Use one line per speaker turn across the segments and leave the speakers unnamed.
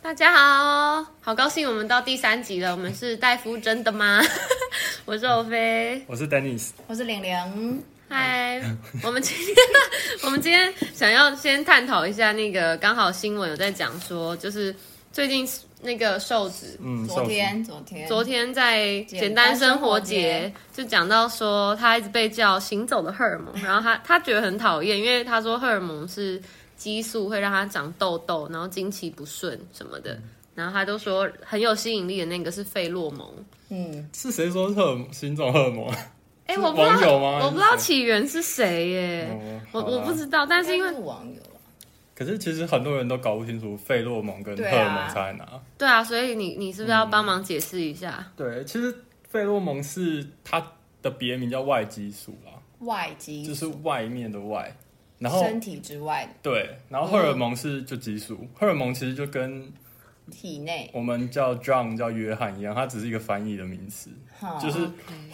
大家好，好高兴我们到第三集了。我们是戴夫，真的吗？ 我是欧菲。
我是 Dennis，
我是玲玲，
嗨，我们今天我们今天想要先探讨一下那个，刚好新闻有在讲说，就是最近那个瘦子，
嗯，
昨
寿司
天昨天
昨天在简单生活节就讲到说，他一直被叫行走的荷尔 蒙，然后他他觉得很讨厌，因为他说荷尔蒙是激素会让他长痘痘，然后经期不顺什么的。然后他都说很有吸引力的那个是费洛蒙，
嗯，
是谁说荷尔蒙新种荷尔蒙？
哎，
是
我不知
网友
道，
吗
我不知道起源是谁耶，
哦
我
好啦
哎我不知道，但是因为
应该网友了，
可是其实很多人都搞不清楚费洛蒙跟荷
对啊
尔蒙差在哪。
对啊，所以你你是不是要帮忙解释一下？
啊
对，其实费洛蒙是它的别名叫外激素啦，
外激
就是外面的外。然后
身体之外，
对，然后荷尔蒙是就激素，荷尔蒙其实就跟
体内
我们叫 John 叫约翰一样，它只是一个翻译的名词，
哈
就是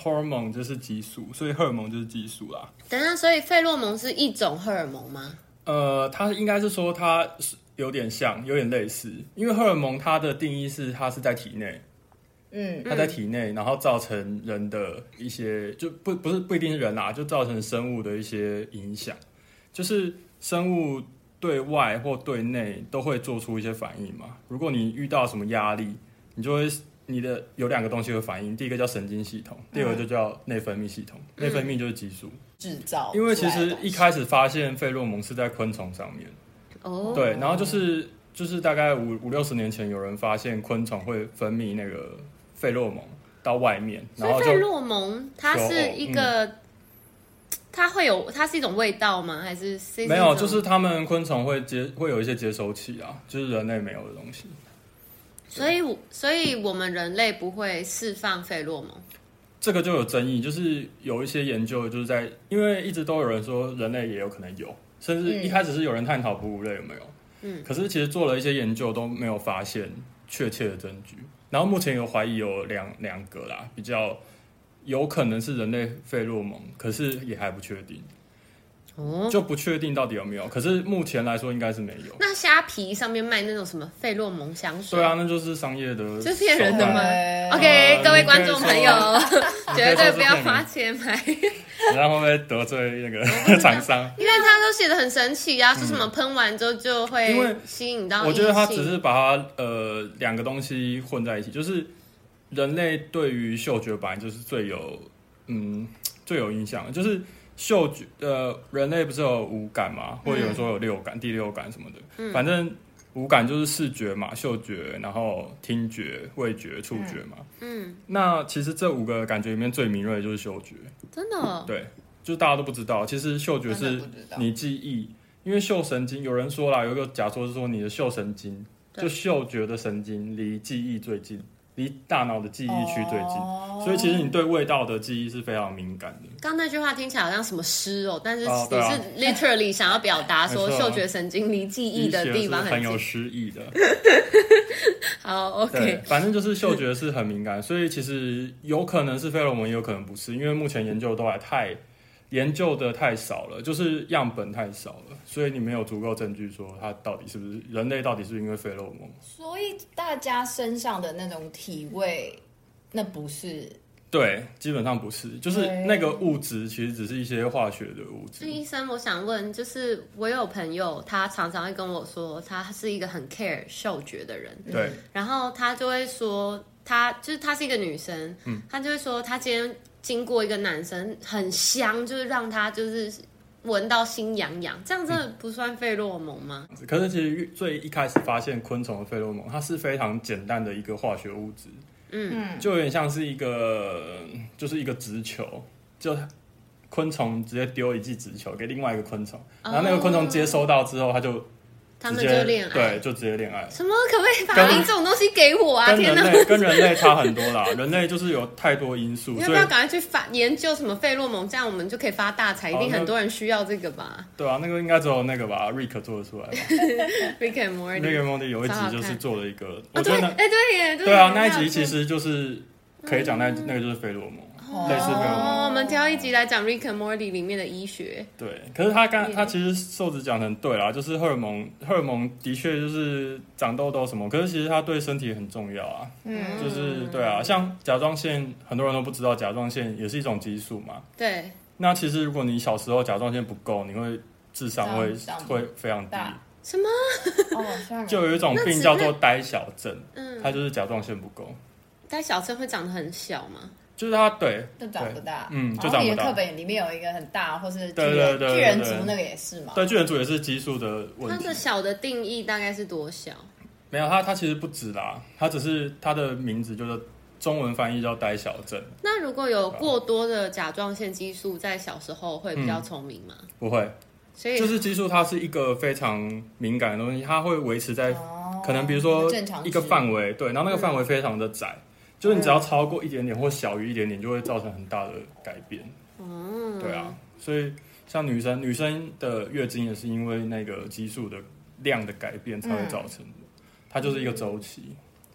hormone 就是激素，所以荷尔蒙就是激素啦。
嗯等一下，所以费洛蒙是一种荷尔蒙吗？
呃，它应该是说它是有点像，有点类似，因为荷尔蒙它的定义是它是在体内，
嗯
它在体内，然后造成人的一些就不不是不一定是人啊啦、就造成生物的一些影响，就是生物对外或对内都会做出一些反应嘛。如果你遇到什么压力，你就会你的有两个东西会反应，第一个叫神经系统，
嗯
第二个就叫内分泌系统，内分泌就是激素。
制造嗯哦出
因
来
为
的
其
东西，
实一开始发现费洛蒙是在昆虫上面。
哦，
对，然后就是就是大概五五六十年前，有人发现昆虫会分泌那个费洛蒙到外面，
所
然后
以费
就哦嗯
洛蒙它是一个，它会有它是一种味道吗？还是是
没有，
一种
就是他们昆虫会接会有一些接收器啊，就是人类没有的东西。
所以我所以我们人类不会释放费洛蒙，
这个就有争议，就是有一些研究就是在，因为一直都有人说人类也有可能有，甚
嗯
至一开始是有人探讨哺乳类有没有，嗯，可是其实做了一些研究都没有发现确切的证据，然后目前有怀疑有两两个啦，比较有可能是人类费洛蒙，可是也还不确定，
哦。
就不确定到底有没有，可是目前来说应该是没有。
那虾皮上面卖那种什么费洛蒙香水，
对啊，那就是商业的手段，
这是骗人的吗
对
？OK，、
啊
各位
你可以啊
观众朋友，
你可以
绝对
说是
不要
骗人
花钱买，
你让会不会得罪那个厂商？
因为它都写的很神奇啊，说什么喷完之后就
嗯因为
会吸引到异性。
我觉得他只是把它呃两个东西混在一起，就是人类对于嗅觉本来就是最有嗯最有影响的，就是嗅觉呃人类不是有五感嘛，或者
嗯
有人说有六感、第六感什么的，反正五感就是视觉嘛、嗅觉，然后听觉、味觉、触觉嘛。
嗯，
那其实这五个感觉里面最敏锐的就是嗅觉，
真的哦、
对，就大家都不知道，其实嗅觉
真
是
的不知道
你记忆，因为嗅神经，有人说啦，有一个假说是说你的嗅神经，
对
就嗅觉的神经离记忆最近，离大脑的记忆区最近，
哦
所以其实你对味道的记忆是非常敏感的。
刚那句话听起来好像什么诗哦，但是
哦
你
对啊
是 literally 想要表达说
没错
嗅
啊
觉神经离记忆的地方
医学是很
很
有
近。
诗意的，
好
对
，OK，，
反正就是嗅觉是很敏感，所以其实有可能是费洛蒙，也有可能不是，因为目前研究都还太研究的太少了，就是样本太少了，所以你没有足够证据说它到底是不是人类到底是因为费洛蒙。
所以大家身上的那种体味，那不 是
对，基本上不是，就是
对
那个物质其实只是一些化学的物质
所。以医生，我想问，就是我有朋友，他常常会跟我说，他是一个很 care 嗅觉的人，
对，
然后他就会说，他就是她是一个女生，嗯，她就会说，她今天经过一个男生很香，就是让她就是闻到心痒痒，这样真的不算费洛蒙吗？
可是其实最一开始发现昆虫的费洛蒙，它是非常简单的一个化学物质，
嗯
就有点像是一个就是一个直球，就昆虫直接丢一记直球给另外一个昆虫，然后那个昆虫接收到之后，它就
哦他
直
们
接
就恋爱
对，，就直接恋爱。
什么？可不可以把你这种东西给我啊？
跟
天
人
哪！
类跟人类差很多啦， 人类就是有太多因素，
你要
所
不
以
要赶快去发研究什么费洛蒙？这样我们就可以发大财，一
好
定
那
很多人需要这个 吧
对啊，那个应该只有那个吧，Rick 做得出来吧。
？Rick and Morty。
那个 m o d 有一集
超好看
就是做了一个，
啊，
我
对，
真
哎、
的
嗯
对耶，
对啊，
耶
那一
还有
集其
这
实就是可以讲那那个就是费洛蒙，类似费洛蒙。
哦，我们挑一集来讲《Rick and Morty》里面的医学，
对，可是他刚
也
他其实瘦子讲的很对啦，就是荷尔蒙，荷尔蒙的确就是长痘痘什么，可是其实它对身体很重要啊。
嗯
就是对啊，像甲状腺，很多人都不知道甲状腺也是一种激素嘛。
对，
那其实如果你小时候甲状腺不够，你会智商会
长长
会非常低。
大
什么？
哦，吓人
就有一种
那
病
只
叫做呆小症，
嗯，
它就是甲状腺不够，
但小针会长得很小吗？
就是它对
就长不大，
对嗯就
然
长
后
不大
你的课本里面有一个很大，或是巨
对对对
人
对
巨人
对
族那个也是嘛，
对巨人族也是激素的问
它
题
的。小的定义大概是多小？
没有，它它其实不止啦，它只是它的名字就是中文翻译叫呆小症，
那如果有过多的甲状腺激素，在小时候会比较聪明吗？
不会。
所以
嗯就是激素，它是一个非常敏感的东西，它会维持在
哦
可能比如说
正常值
一个范围，对，然后那个范围非常的窄，就是你只要超过一点点或小于一点点，就会造成很大的改变。嗯，对啊，所以像女生，女生的月经也是因为那个激素的量的改变才会造成的，它就是一个周期。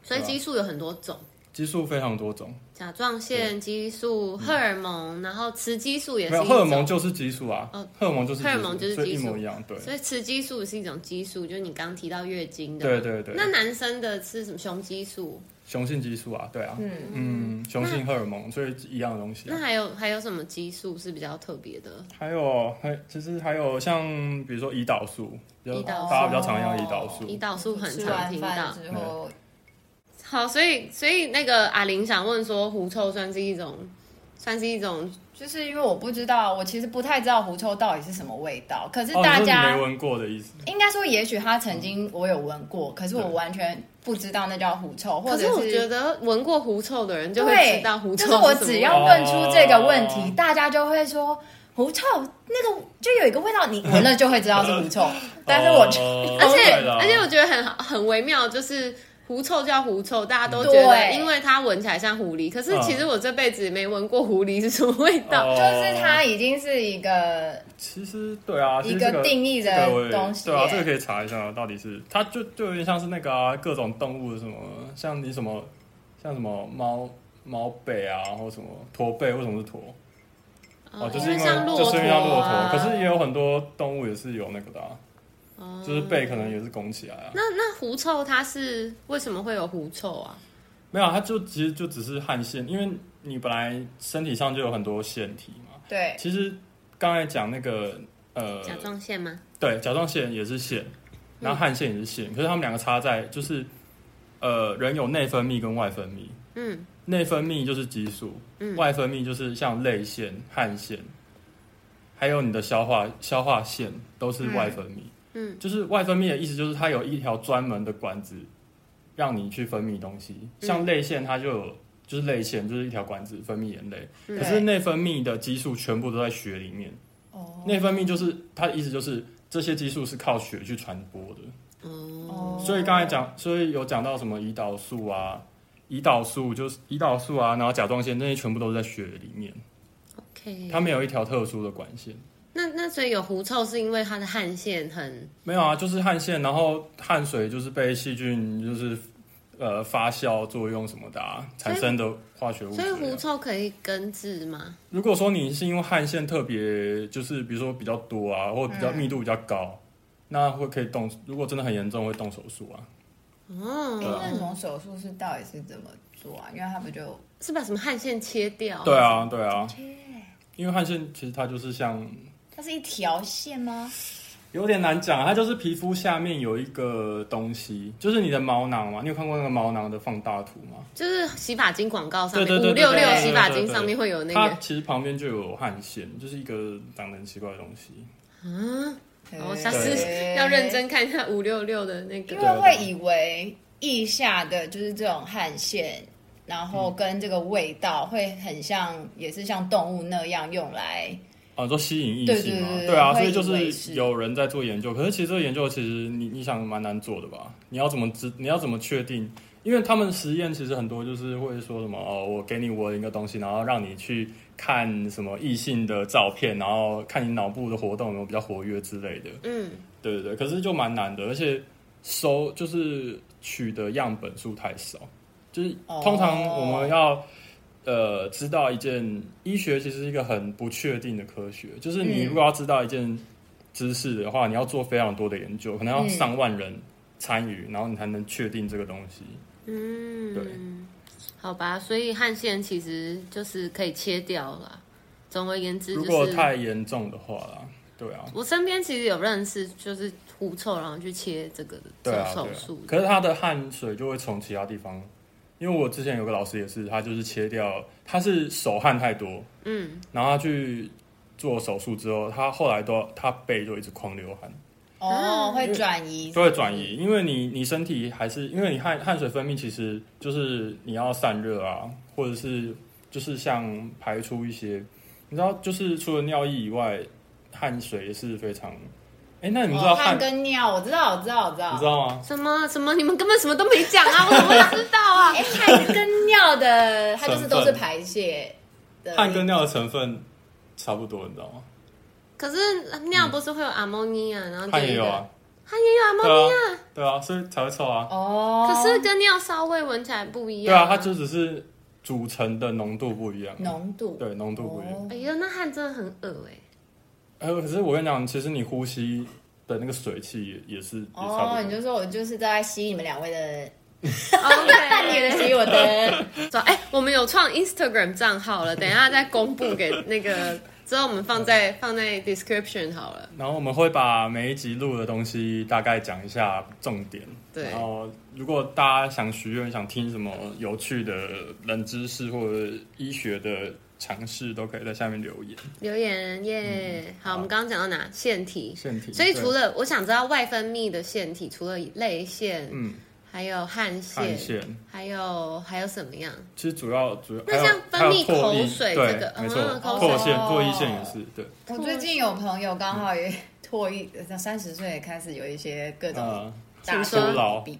所以激素有很多种，
激素非常多种，
甲状腺激素、荷尔蒙，然后雌激素也是
没
一
有
种
荷尔蒙就是激素啊，
哦
荷尔蒙就是
荷尔蒙就是
所以
激
一
素
模一样，对，
所以雌激素是一种激素，就是你刚提到月经的。
对对对，
那男生的吃什么雄激素？
雄性激素啊，对啊，
嗯，
嗯，雄性荷尔蒙，所以一样的东西、
那
啊。
还有还有什么激素是比较特别的？
还有，还其实还有像比如说胰岛素，比较
胰岛素
大家比较常用胰岛素。哦
胰岛素很
吃
常
完
听到
饭。之后，
好，所以所以那个阿玲想问说，狐臭算是一种，算是一种
就是因为我不知道，我其实不太知道狐臭到底是什么味道，可是
哦，
大
你说
家
你没闻过的意思？
应该说，也许他曾经我有闻过，可是我完全不知道那叫狐臭，或
可
者
是我觉得闻过狐臭的人就会
对
知道狐臭
就是我
什么
只
味
要问出这个问题，
哦
大家就会说狐臭，那个就有一个味道，你闻了就会知道是 狐臭。但是我就、
哦
而且
对啦
而且我觉得很很微妙，就是狐臭叫狐臭，大家都觉得
对
因为它闻起来像狐狸，可是
嗯
其实我这辈子也没闻过狐狸是什么味道。
哦
就是它已经是一个
其实对啊，其实
一个
这
定义的
这个我也
东西
对啊，
耶
这个可以查一下到底是它就就有点像是那个啊，各种动物的什么，像你什么像什么猫猫背啊，或什么驼背，为什么是驼？哦，就是
因为
因为
像骆
就是因为像
驼
骆驼，
啊，
可是也有很多动物也是有那个的、啊，
哦
就是背可能也是拱起来啊。
那 那狐臭它是为什么会有狐臭啊？
没有啊，它就其实就只是汗腺，因为你本来身体上就有很多腺体嘛。
对
其实刚才讲那个呃，
甲状腺吗？
对，甲状腺也是腺，
嗯
然后汗腺也是腺，可是它们两个差在就是呃，人有内分泌跟外分泌，
嗯，
内分泌就是激素，
嗯
外分泌就是像泪腺、汗腺，还有你的消化消化腺都是外分泌。
嗯嗯
就是外分泌的意思就是它有一条专门的管子让你去分泌东西，
嗯
像泪腺它就有。就是泪腺就是一条管子分泌眼泪，
嗯
可是内分泌的激素全部都在血里面。
哦
内分泌就是它的意思就是这些激素是靠血去传播的。
哦，
所以刚才讲，所以有讲到什么胰岛素啊，胰岛素就是胰岛素啊，然后甲状腺那些全部都是在血里面，
，OK，
它没有一条特殊的管线。
那那所以有狐臭是因为它的汗腺很
没有啊，就是汗腺，然后汗水就是被细菌就是呃发酵作用什么的、啊、产生的化学物质
所以
啊、
狐臭可以根治吗？
如果说你是因为汗腺特别就是比如说比较多啊，或
嗯
比较密度比较高，那会可以动。如果真的很严重，会动手术啊。
哦，
对啊
那种手术是到底是怎么做啊？因为他不就是
把什么汗腺切掉？
对，啊，对啊，
切，
哎
因为汗腺其实它就是像
它是一条线吗？
有点难讲，啊它就是皮肤下面有一个东西，就是你的毛囊嘛。你有看过那个毛囊的放大图吗？
就是洗发精广告上
对
面
对
五
对对
六
对
六
对
洗发精上面会有那
它
个。
其实旁边就有汗腺，就是一个长得很奇怪的东西。
啊我下哦次
对
要认真看一下五六六的那个
因。为会以为腋下的就是这种汗腺，然后跟这个味道会很像，也是像动物那样用来
啊，说吸引异
对
性嘛，
对对对
啊，
会
所以就
以为是
是有人在做研究，可是其实这个研究其实你你想蛮难做的吧？你要怎么知？你要怎么确定？因为他们实验其实很多就是会说什么哦，我给你闻一个东西，然后让你去看什么异性的照片，然后看你脑部的活动有没有比较活跃之类的。
嗯，
对对对，可是就蛮难的，而且收
哦
就是取的样本数太少，就是通常我们要、呃知道一件医学其实是一个很不确定的科学，就是
嗯
你如果要知道一件知识的话，你要做非常多的研究，可能
嗯
要上万人参与，然后你才能确定这个东西。
嗯，
对，
好吧，所以汗腺其实就是可以切掉了。总而言之，
如
就
果
是
太严重的话啦，对啊，
我身边其实有认识，就是狐臭然后去切这个的
对啊，
手
对啊
术。。
可是他的汗水就会从其他地方，因为我之前有个老师也是，他就是切掉，他是手汗太多，
嗯，
然后他去做手术之后，他后来都他背就一直狂流汗，
啊
哦，会转移，
就会转移，因为你你身体还是因为你汗汗水分泌，其实就是你要散热啊，或者是就是像排出一些，你知道，就是除了尿液以外，汗水也是非常，哎，那你们知道
哦，
汗、
汗跟尿，我知道，我知道，我知道。
你知道吗？
什么什么？你们根本什么都没讲啊！我怎么会知道啊？
哎，汗跟尿的，它就是都是
成分
排泄的。
汗跟尿的成分差不多，你知道吗？
可是尿不是会有阿莫尼亚，然后就
嗯汗也
一
有
个
啊，，
汗也有阿莫
对
尼亚，
啊，对啊，所以才会臭啊。
哦，
可是跟尿骚味闻起来不一
对
样、
啊，它就只是组成的浓度不一样，
浓度，
对浓度不一样。
哦
哎呦，那汗真的很恶哎、
还有，可是我跟你讲，其实你呼吸的那个水汽也也是也差
哦，
不
你
多。
就说我就是在吸你们两位的，
哦 OK，
你的吸我的，
说哎、我们有创 Instagram 账号 了，等一下再公布给那个，之后我们放在放在 description 好了。
然后我们会把每一集录的东西大概讲一下重点。
对
然后如果大家想许愿、想听什么有趣的冷知识或者医学的尝试，都可以在下面留言。
留言耶嗯好，我嗯们刚刚讲到哪？腺体。
腺体，
所以
对
除了我想知道外分泌的腺体，除了泪腺，
嗯
还有汗
汗
腺，
腺，
还有还有什么样？
其实主要主要
那
还有
像分泌
还有唾液
口水
对
这个
没
嗯
错，
口
水哦
唾腺、唾液腺也是对，
我最近有朋友刚好也脱衣，三十岁开始有一些各种
嗯，
大
请说
老
病，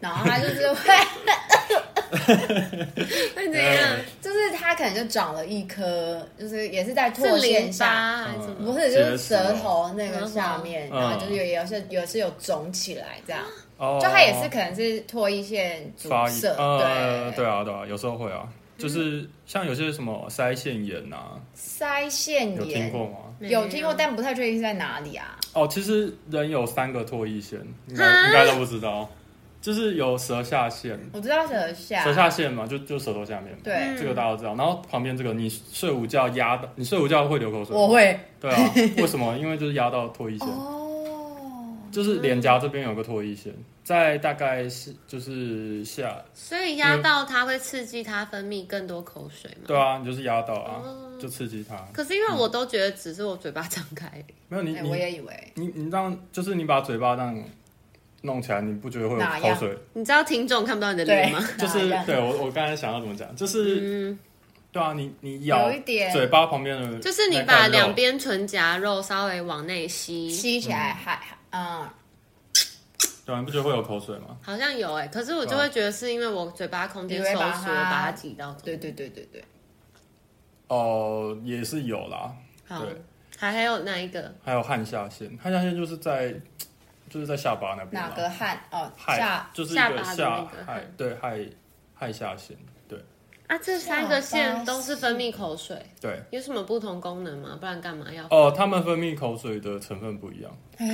然后他就是会，
会怎样？
就是他可能就长了一颗，就是也是在
是
唾
淋
腺下。
巴还是什么？
不是，就是舌头那个下面，
嗯
然后就是有有是有是有肿起来这样，
哦，
就它也是可能是唾液腺阻
发
塞
炎，，呃，
对，嗯
对啊，对啊，有时候会啊，就是像有些什么腮腺炎啊，
腮腺
有听
炎
过吗？
没
有听过，但不太确定是在哪里啊。
哦，其实人有三个唾液腺，应该
啊
应该都不知道，就是有舌下腺，
我知道舌下，
舌下腺嘛，就就舌头下面嘛，
啊对
嗯
这个大家都知道。然后旁边这个，你睡午觉压到，你睡午觉会流口水吗，
我会
对啊，为什么？因为就是压到唾液腺。
哦，
就是脸颊这边有个唾液腺，在大概是就是下，
所以压到它会刺激它分泌更多口水嘛？
对啊，你就是压到啊，
哦
就刺激它。
可是因为我都觉得只是我嘴巴张开，
没有你
哎，我
你
也以为
你你这样，就是你把嘴巴这样弄起来，你不觉得会有
哪
口
样
水？
你知道听众看不到你的
对
脸吗？，
就是
哪样
对我我刚才想要怎么讲，就是
嗯，
对啊，你你咬
有一点
嘴巴旁边的，
就是你把两边唇颊肉稍微往内吸，
吸起来还嗯，
对啊，你不觉得会有口水吗？
好像有哎、可是我就会觉得是因为我嘴巴空间
以为
收
把
缩，
它
把它挤到中间
对对对对对，
哦、也是有啦，
好
对，
还还有哪一个？
还有汗下腺，汗下腺就是在就是在下巴那边啊
哪
嘛
个汗哦
害
下
就是一
下巴
个
的
下
那个
害
嗯
害
对害害下腺，对
啊，这三个
下
腺
巴
都是分泌口水，
对。
有什么不同功能吗？不然干嘛要？
哦，他们分泌口水的成分不一样，
嗯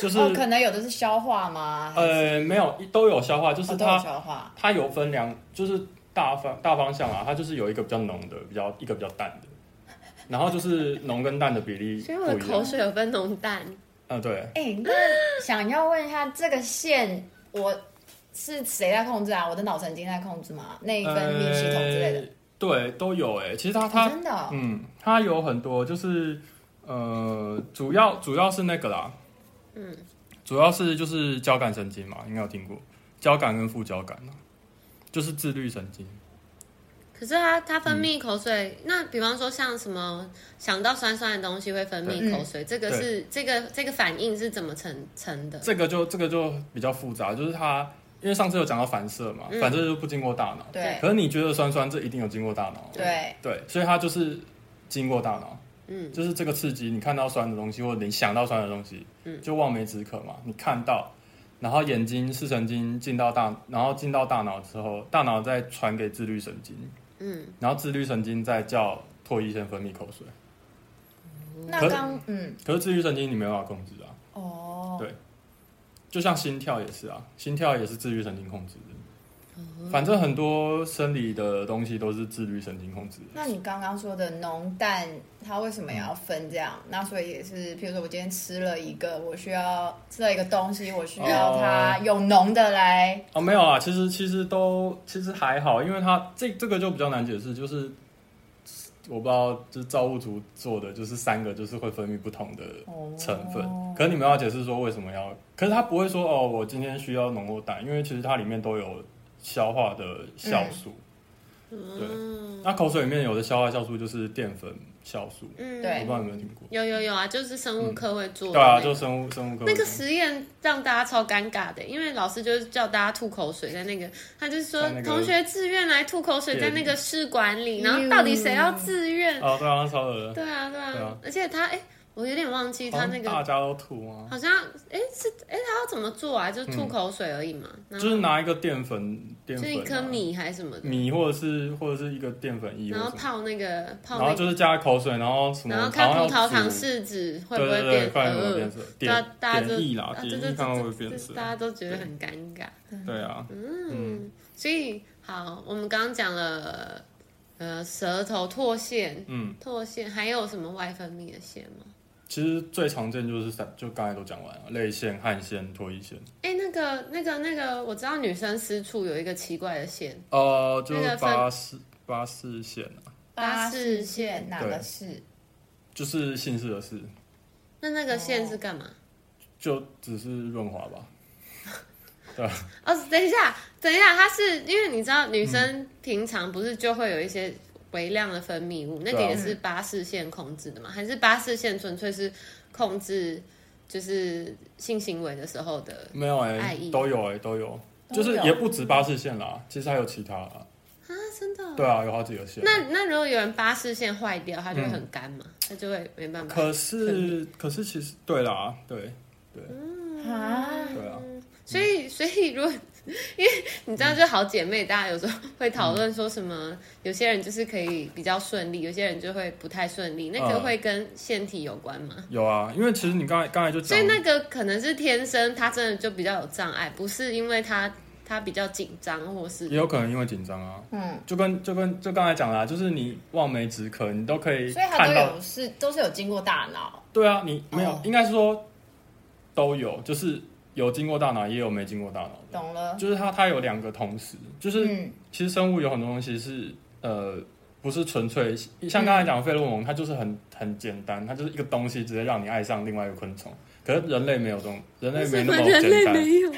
就是、
哦，可能有的是消化吗？还是
呃没有都有消化，就是
哦都
它、
有消化
它有分两，就是大方大方向啊，它就是有一个比较浓的，比较一个比较淡的，然后就是浓跟淡的比例不
所以我的
一样
口。水有分浓淡，
嗯、对，
哎，那想要问一下这个腺我。是谁在控制啊？我的脑神经在控制吗？内分泌系统之类的
呃，对，都有哎、其实它
哦
它
真的哦
嗯，它有很多，就是呃，主要主要是那个啦，
嗯，
主要是就是交感神经嘛，应该有听过交感跟副交感啊，就是自律神经。
嗯可是它它分泌口水，那比方说像什么想到酸酸的东西会分泌口水，这个
嗯对
是这个这个反应是怎么成成的？
这个就这个就比较复杂，就是它因为上次有讲到反射嘛，
嗯
反射就不经过大脑。
对
可是你觉得酸酸，这一定有经过大脑。
对，
对，所以它就是经过大脑，
嗯，
就是这个刺激，你看到酸的东西，或者你想到酸的东西，
嗯
就望梅止渴嘛，你看到。然后眼睛视神经进到大，然后进到大脑之后，大脑再传给自律神经，嗯，然后自律神经再叫唾液腺分泌口水。
那刚嗯
可是自律神经你没办法控制啊，
哦，
对就像心跳也是啊，心跳也是自律神经控制的。
哦
反正很多生理的东西都是自律神经控制的。
那你刚刚说的浓淡，它为什么也要分这样？那所以也是，譬如说我今天吃了一个，我需要吃了一个东西，我需要它有浓的来，
哦，没有啊，其实其实都其实还好，因为它这这个就比较难解释，就是我不知道，就是造物主做的就是三个就是会分泌不同的
哦
成分，可是你们要解释说为什么要，可是它不会说哦，我今天需要浓或淡，因为其实它里面都有消化的酵素，
嗯
对，那口水里面有的消化酵素就是淀粉酵素，
嗯，
我不
对
知道你们有没有听过，
有有有啊，就是生物课会做的
对啊，
那
就
个。
生物生物科
那个实验让大家超尴尬的，因为老师就是叫大家吐口水，在那个他就是说、
在那个
同学自愿来吐口水在那个试管里，然后到底谁要自愿？
哦，对啊，超恶的，
对啊对啊，
对啊
而且他哎、我有点忘记他那
好像大
个
家都吐啊。
好像哎、是哎、他要怎么做啊？就吐口水而已嘛，然
就
后
是拿一个淀粉，嗯淀
就
粉、啊、
是一颗米还是什么的，
米或者是或者是一个淀粉液或
然后
者什么，
泡那个泡那
然后
个。
就是加口水，然后什么，
然后看葡萄
好像要
糖
煮，
试纸会不会
对对对，
变
看有没有
呃
变色，
大
点
大家就
点液啦，
啊
点
这
液
这
看会不会
这
变
这
色，
大家都觉得很尴尬。
对啊，
嗯，所以好，我们刚刚讲了呃舌头唾腺，
嗯，
唾腺还有什么外分泌的腺吗？
其实最常见就是三，就刚才都讲完了，泪腺、汗腺、唾液腺，
哎，那个那个那个，我知道女生私处有一个奇怪的腺，
呃，就
那
是
个分
八四八四腺啊，
巴
巴
士
士
线
线哪个
对
是？
就是姓氏的氏，
那那个腺是干嘛？
就只是润滑吧，
哦，等一下，等一下，它是因为你知道女生平常不是就会有一些微量的分泌物，那个
对啊
也是巴氏腺控制的嘛？还是巴氏腺纯粹是控制就是性行为的时候的？
没有
爱
哎、
意
都有哎、都有，
都
就是
有
也不止八四腺啦，其实还有其他啦，
啊，真的哦、
对啊，有好几个腺。
那那如果有人巴氏腺坏掉，它就会很干嘛？它就会没办法。
可是，可是其实对啦，对对
啊，
对啊，
所以，所以如果因为你知道，就好姐妹，大家有时候会讨论说什么，有些人就是可以比较顺利，有些人就会不太顺利，那个
嗯
会跟腺体有关吗？
有啊，因为其实你刚才刚才就
所
讲
以，那个可能是天生，他真的就比较有障碍，不是因为他他比较紧张或是
也有可能因为紧张啊，
嗯，
就跟就跟就刚才讲啦、就是你望梅止渴，你都可以
所以它
看
都
到，
有是都是有经过大脑，
对啊，你没有，
哦
应该是说都有，就是有经过大脑，也有没经过大脑的，
懂了？
就是它它有两个同时，就是
哦嗯，
其实生物有很多东西是呃。不是纯粹像刚才讲的费洛蒙，它就是很很简单，它就是一个东西直接让你爱上另外一个昆虫。可是人类没有这种，人类没那么
为什
简单。
有，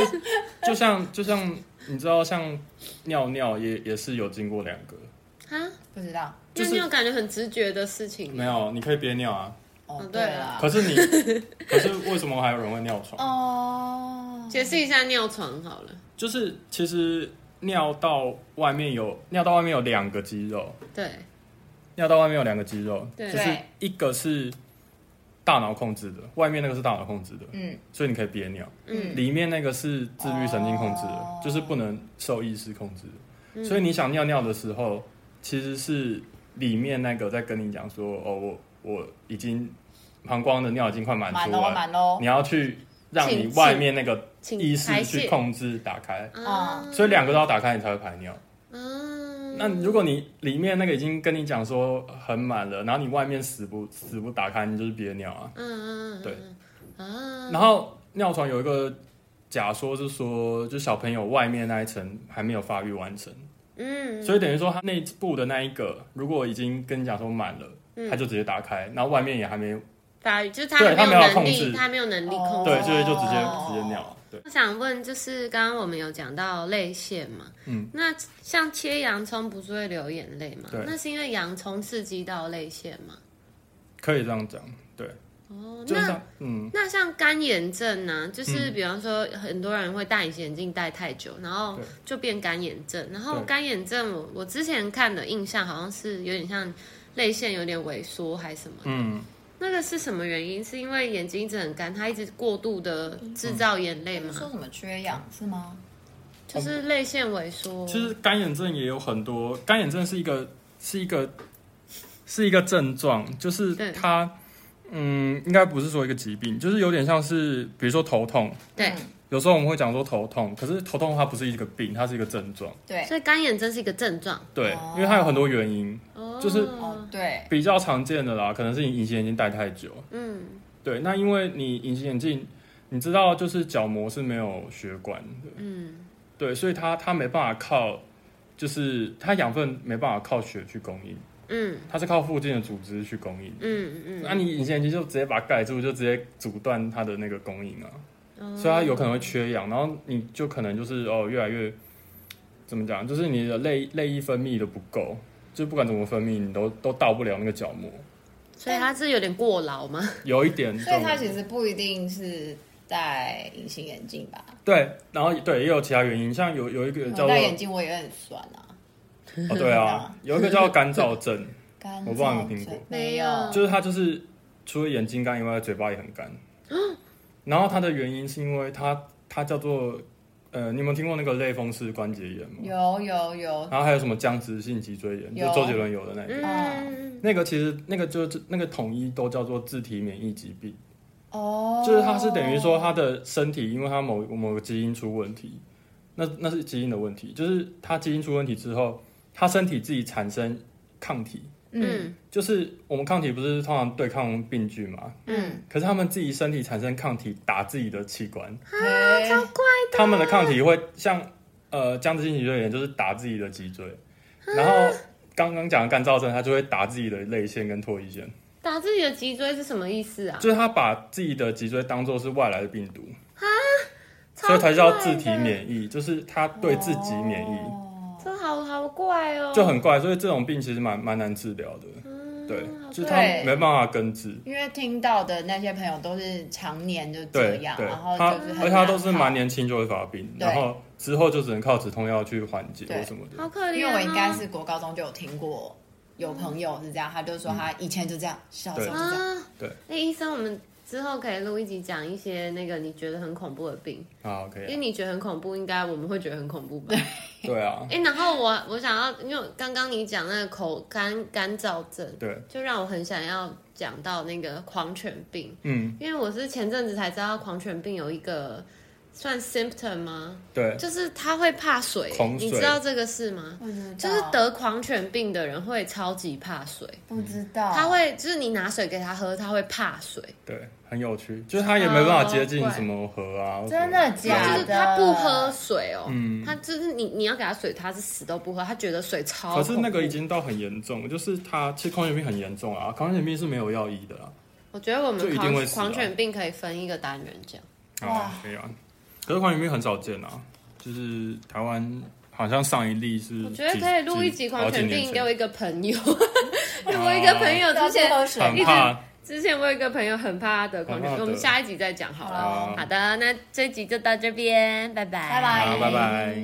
就像就像你知道，像尿尿也也是有经过两个，
啊，
不知道。
就
就是你有感觉很直觉的事情
没有，你可以憋尿啊。
哦
哦，
对
对
了，
可是你， 可是为什么还有人会尿床？
哦，
解释一下尿床好了，
就是其实尿道外面有尿道外面有两个肌肉，
对，
尿道外面有两个肌肉，
对
就是
对
一个是大脑控制的，外面那个是大脑控制的，
嗯，
所以你可以憋尿。
嗯
里面那个是自律神经控制的，
哦嗯
就是不能受意识控制的。所以你想尿尿的时候，其实是里面那个在跟你讲说：“哦，我我已经膀胱的尿已经快满
满
出
喽
来，
满喽
你，要去让你
请
外面那个
请
意
排
识
泄
去控制打开。
嗯
啊，
所以两个都要打开，你才会排尿。
嗯，
那如果你里面那个已经跟你讲说很满了，然后你外面死不死不打开，你就是憋尿啊。
嗯嗯嗯，
对
啊，
然后尿床有一个假说是说，就小朋友外面那一层还没有发育完成，
嗯，
所以等于说他内部的那一个，如果已经跟你讲说满了，
嗯
他就直接打开，然后外面也还没
发育就是他
对
还
他没
有
有
能
控
力，
制
他没有能力控制
对，所以就直接
哦
直接尿，对，
我想问，就是刚刚我们有讲到泪腺嘛，
嗯，
那像切洋葱不是会流眼泪吗
对？
那是因为洋葱刺激到泪腺嘛？
可以这样讲，对，
哦，
就是这
那
样，嗯，
那像干眼症呢、就是比方说很多人会戴隐形眼镜戴太久，然后
对
就变干眼症，然后
对
干眼症我我之前看的印象好像是有点像泪腺有点萎缩还是什么的，
嗯，
那个是什么原因？是因为眼
嗯
睛一直很干，它一直过度的制造眼泪吗？
说什么缺氧是吗？
就是泪腺萎缩。
其实干眼症也有很多，干眼症是一个是一个是一个症状，就是
对
它嗯，应该不是说一个疾病，就是有点像是比如说头痛，
对，
嗯
有时候我们会讲说头痛，可是头痛它不是一个病，它是一个症状，
对，
所以干眼症是一个症状。
对，
哦
因为它有很多原因，
哦
就是
哦，对，
比较常见的啦，可能是你隐形眼镜戴太久，
嗯
对，那因为你隐形眼镜，你知道就是角膜是没有血管的，
嗯，
对，所以它它没办法靠，就是它养分没办法靠血去供应，
嗯
它是靠附近的组织去供应。
嗯嗯，
那你隐形眼镜就直接把它盖住，就直接阻断它的那个供应啊，
嗯
所以它有可能会缺氧，然后你就可能就是哦越来越怎么讲，就是你的泪泪液分泌的不够，就不管怎么分泌，你都都到不了那个角膜，
所以他是有点过劳吗？
有一点这
所以
种。
它其实不一定是戴隐形眼镜吧？
对，然后对也有其他原因，像有有一个叫
我
做
哦戴眼镜我也很酸啊，
哦，对啊，有一个叫干燥 症，
干
我不知道你有没有听过
燥症
没
没
有
有，
就是它就是除了眼睛干以外，嘴巴也很干。
嗯
然后它的原因是因为它它叫做呃，你有没有听过那个类风湿关节炎吗？
有有有，
然后还有什么僵直性脊椎炎，就
有
周杰伦有的那个。
啊
嗯，
那个其实那个就是那个统一都叫做自体免疫疾病，
哦，
就是它是等于说它的身体，因为它某某个基因出问题，那那是基因的问题，就是它基因出问题之后，它身体自己产生抗体，
嗯
嗯
就是我们抗体不是通常对抗病菌嘛？
嗯，
可是他们自己身体产生抗体打自己的器官，
嘿
啊超怪，
他们的抗体会像呃僵直性脊椎炎就是打自己的脊椎，然后刚刚讲的干燥症，它就会打自己的泪腺跟唾液腺，
打自己的脊椎是什么意思啊？
就是他把自己的脊椎当做是外来的病毒，
啊
所以才叫自体免疫，就是他对自己免疫，
哦
这好好怪哦，
就很怪，所以这种病其实蛮蛮难治疗的，
啊
嗯
对
好，
就是
怪
他没办法根治。
因为听到的那些朋友都是常年就这
对
样，
对，
然后
他
就是
而且
很
他
难
都是
好
蛮年轻就会发病，
对
然后之后就只能靠止痛药去缓解
对
或什么的。
好可怜哦，
因为我应该是国高中就有听过，有朋友是这样，他就说他以前就这样，小时候就这样。
啊，
对，
那医生我们。之后可以录一集讲一些那个你觉得很恐怖的病，
啊
因
，OK，
为你觉得很恐怖，应该我们会觉得很恐怖吧？
对啊，
哎、然后我我想要，因为刚刚你讲那个口干干燥症，
对，
就让我很想要讲到那个狂犬病，
嗯，
因为我是前阵子才知道狂犬病有一个算 symptom 吗？
对，
就是它会怕水，
恐水
你知道这个事吗？
不知道
嗯就是得狂犬病的人会超级怕水，
不知道，
他会就是你拿水给他喝，他会怕水，
对，很有趣，就是他也没办法接近什么河
哦
啊，
真的假
就
的
是他不喝水哦，
嗯
他就是你你要给他水，他是死都不喝，他觉得水超
可是
恐
那个
怖
已经到很严重，就是他其实狂犬病很严重啊，狂犬病是没有药医的啊啦。
我觉得我
就
们
一定
狂
会死啊
狂犬病可以分一个单元讲。
啊，没有啊，可是狂犬病很少见啊，就是台湾好像上一例是几，
我觉得可以录一集
几
狂犬病，给我，一个朋友。
好几年前
我一个朋友
要
之
多
前，一直。
啊很
喝水
怕
之前我有一个朋友很怕得狂犬病，
很怕得
我们下一集再讲好了。
好
好的，那这集就到这边，拜拜，
拜拜
好，拜拜。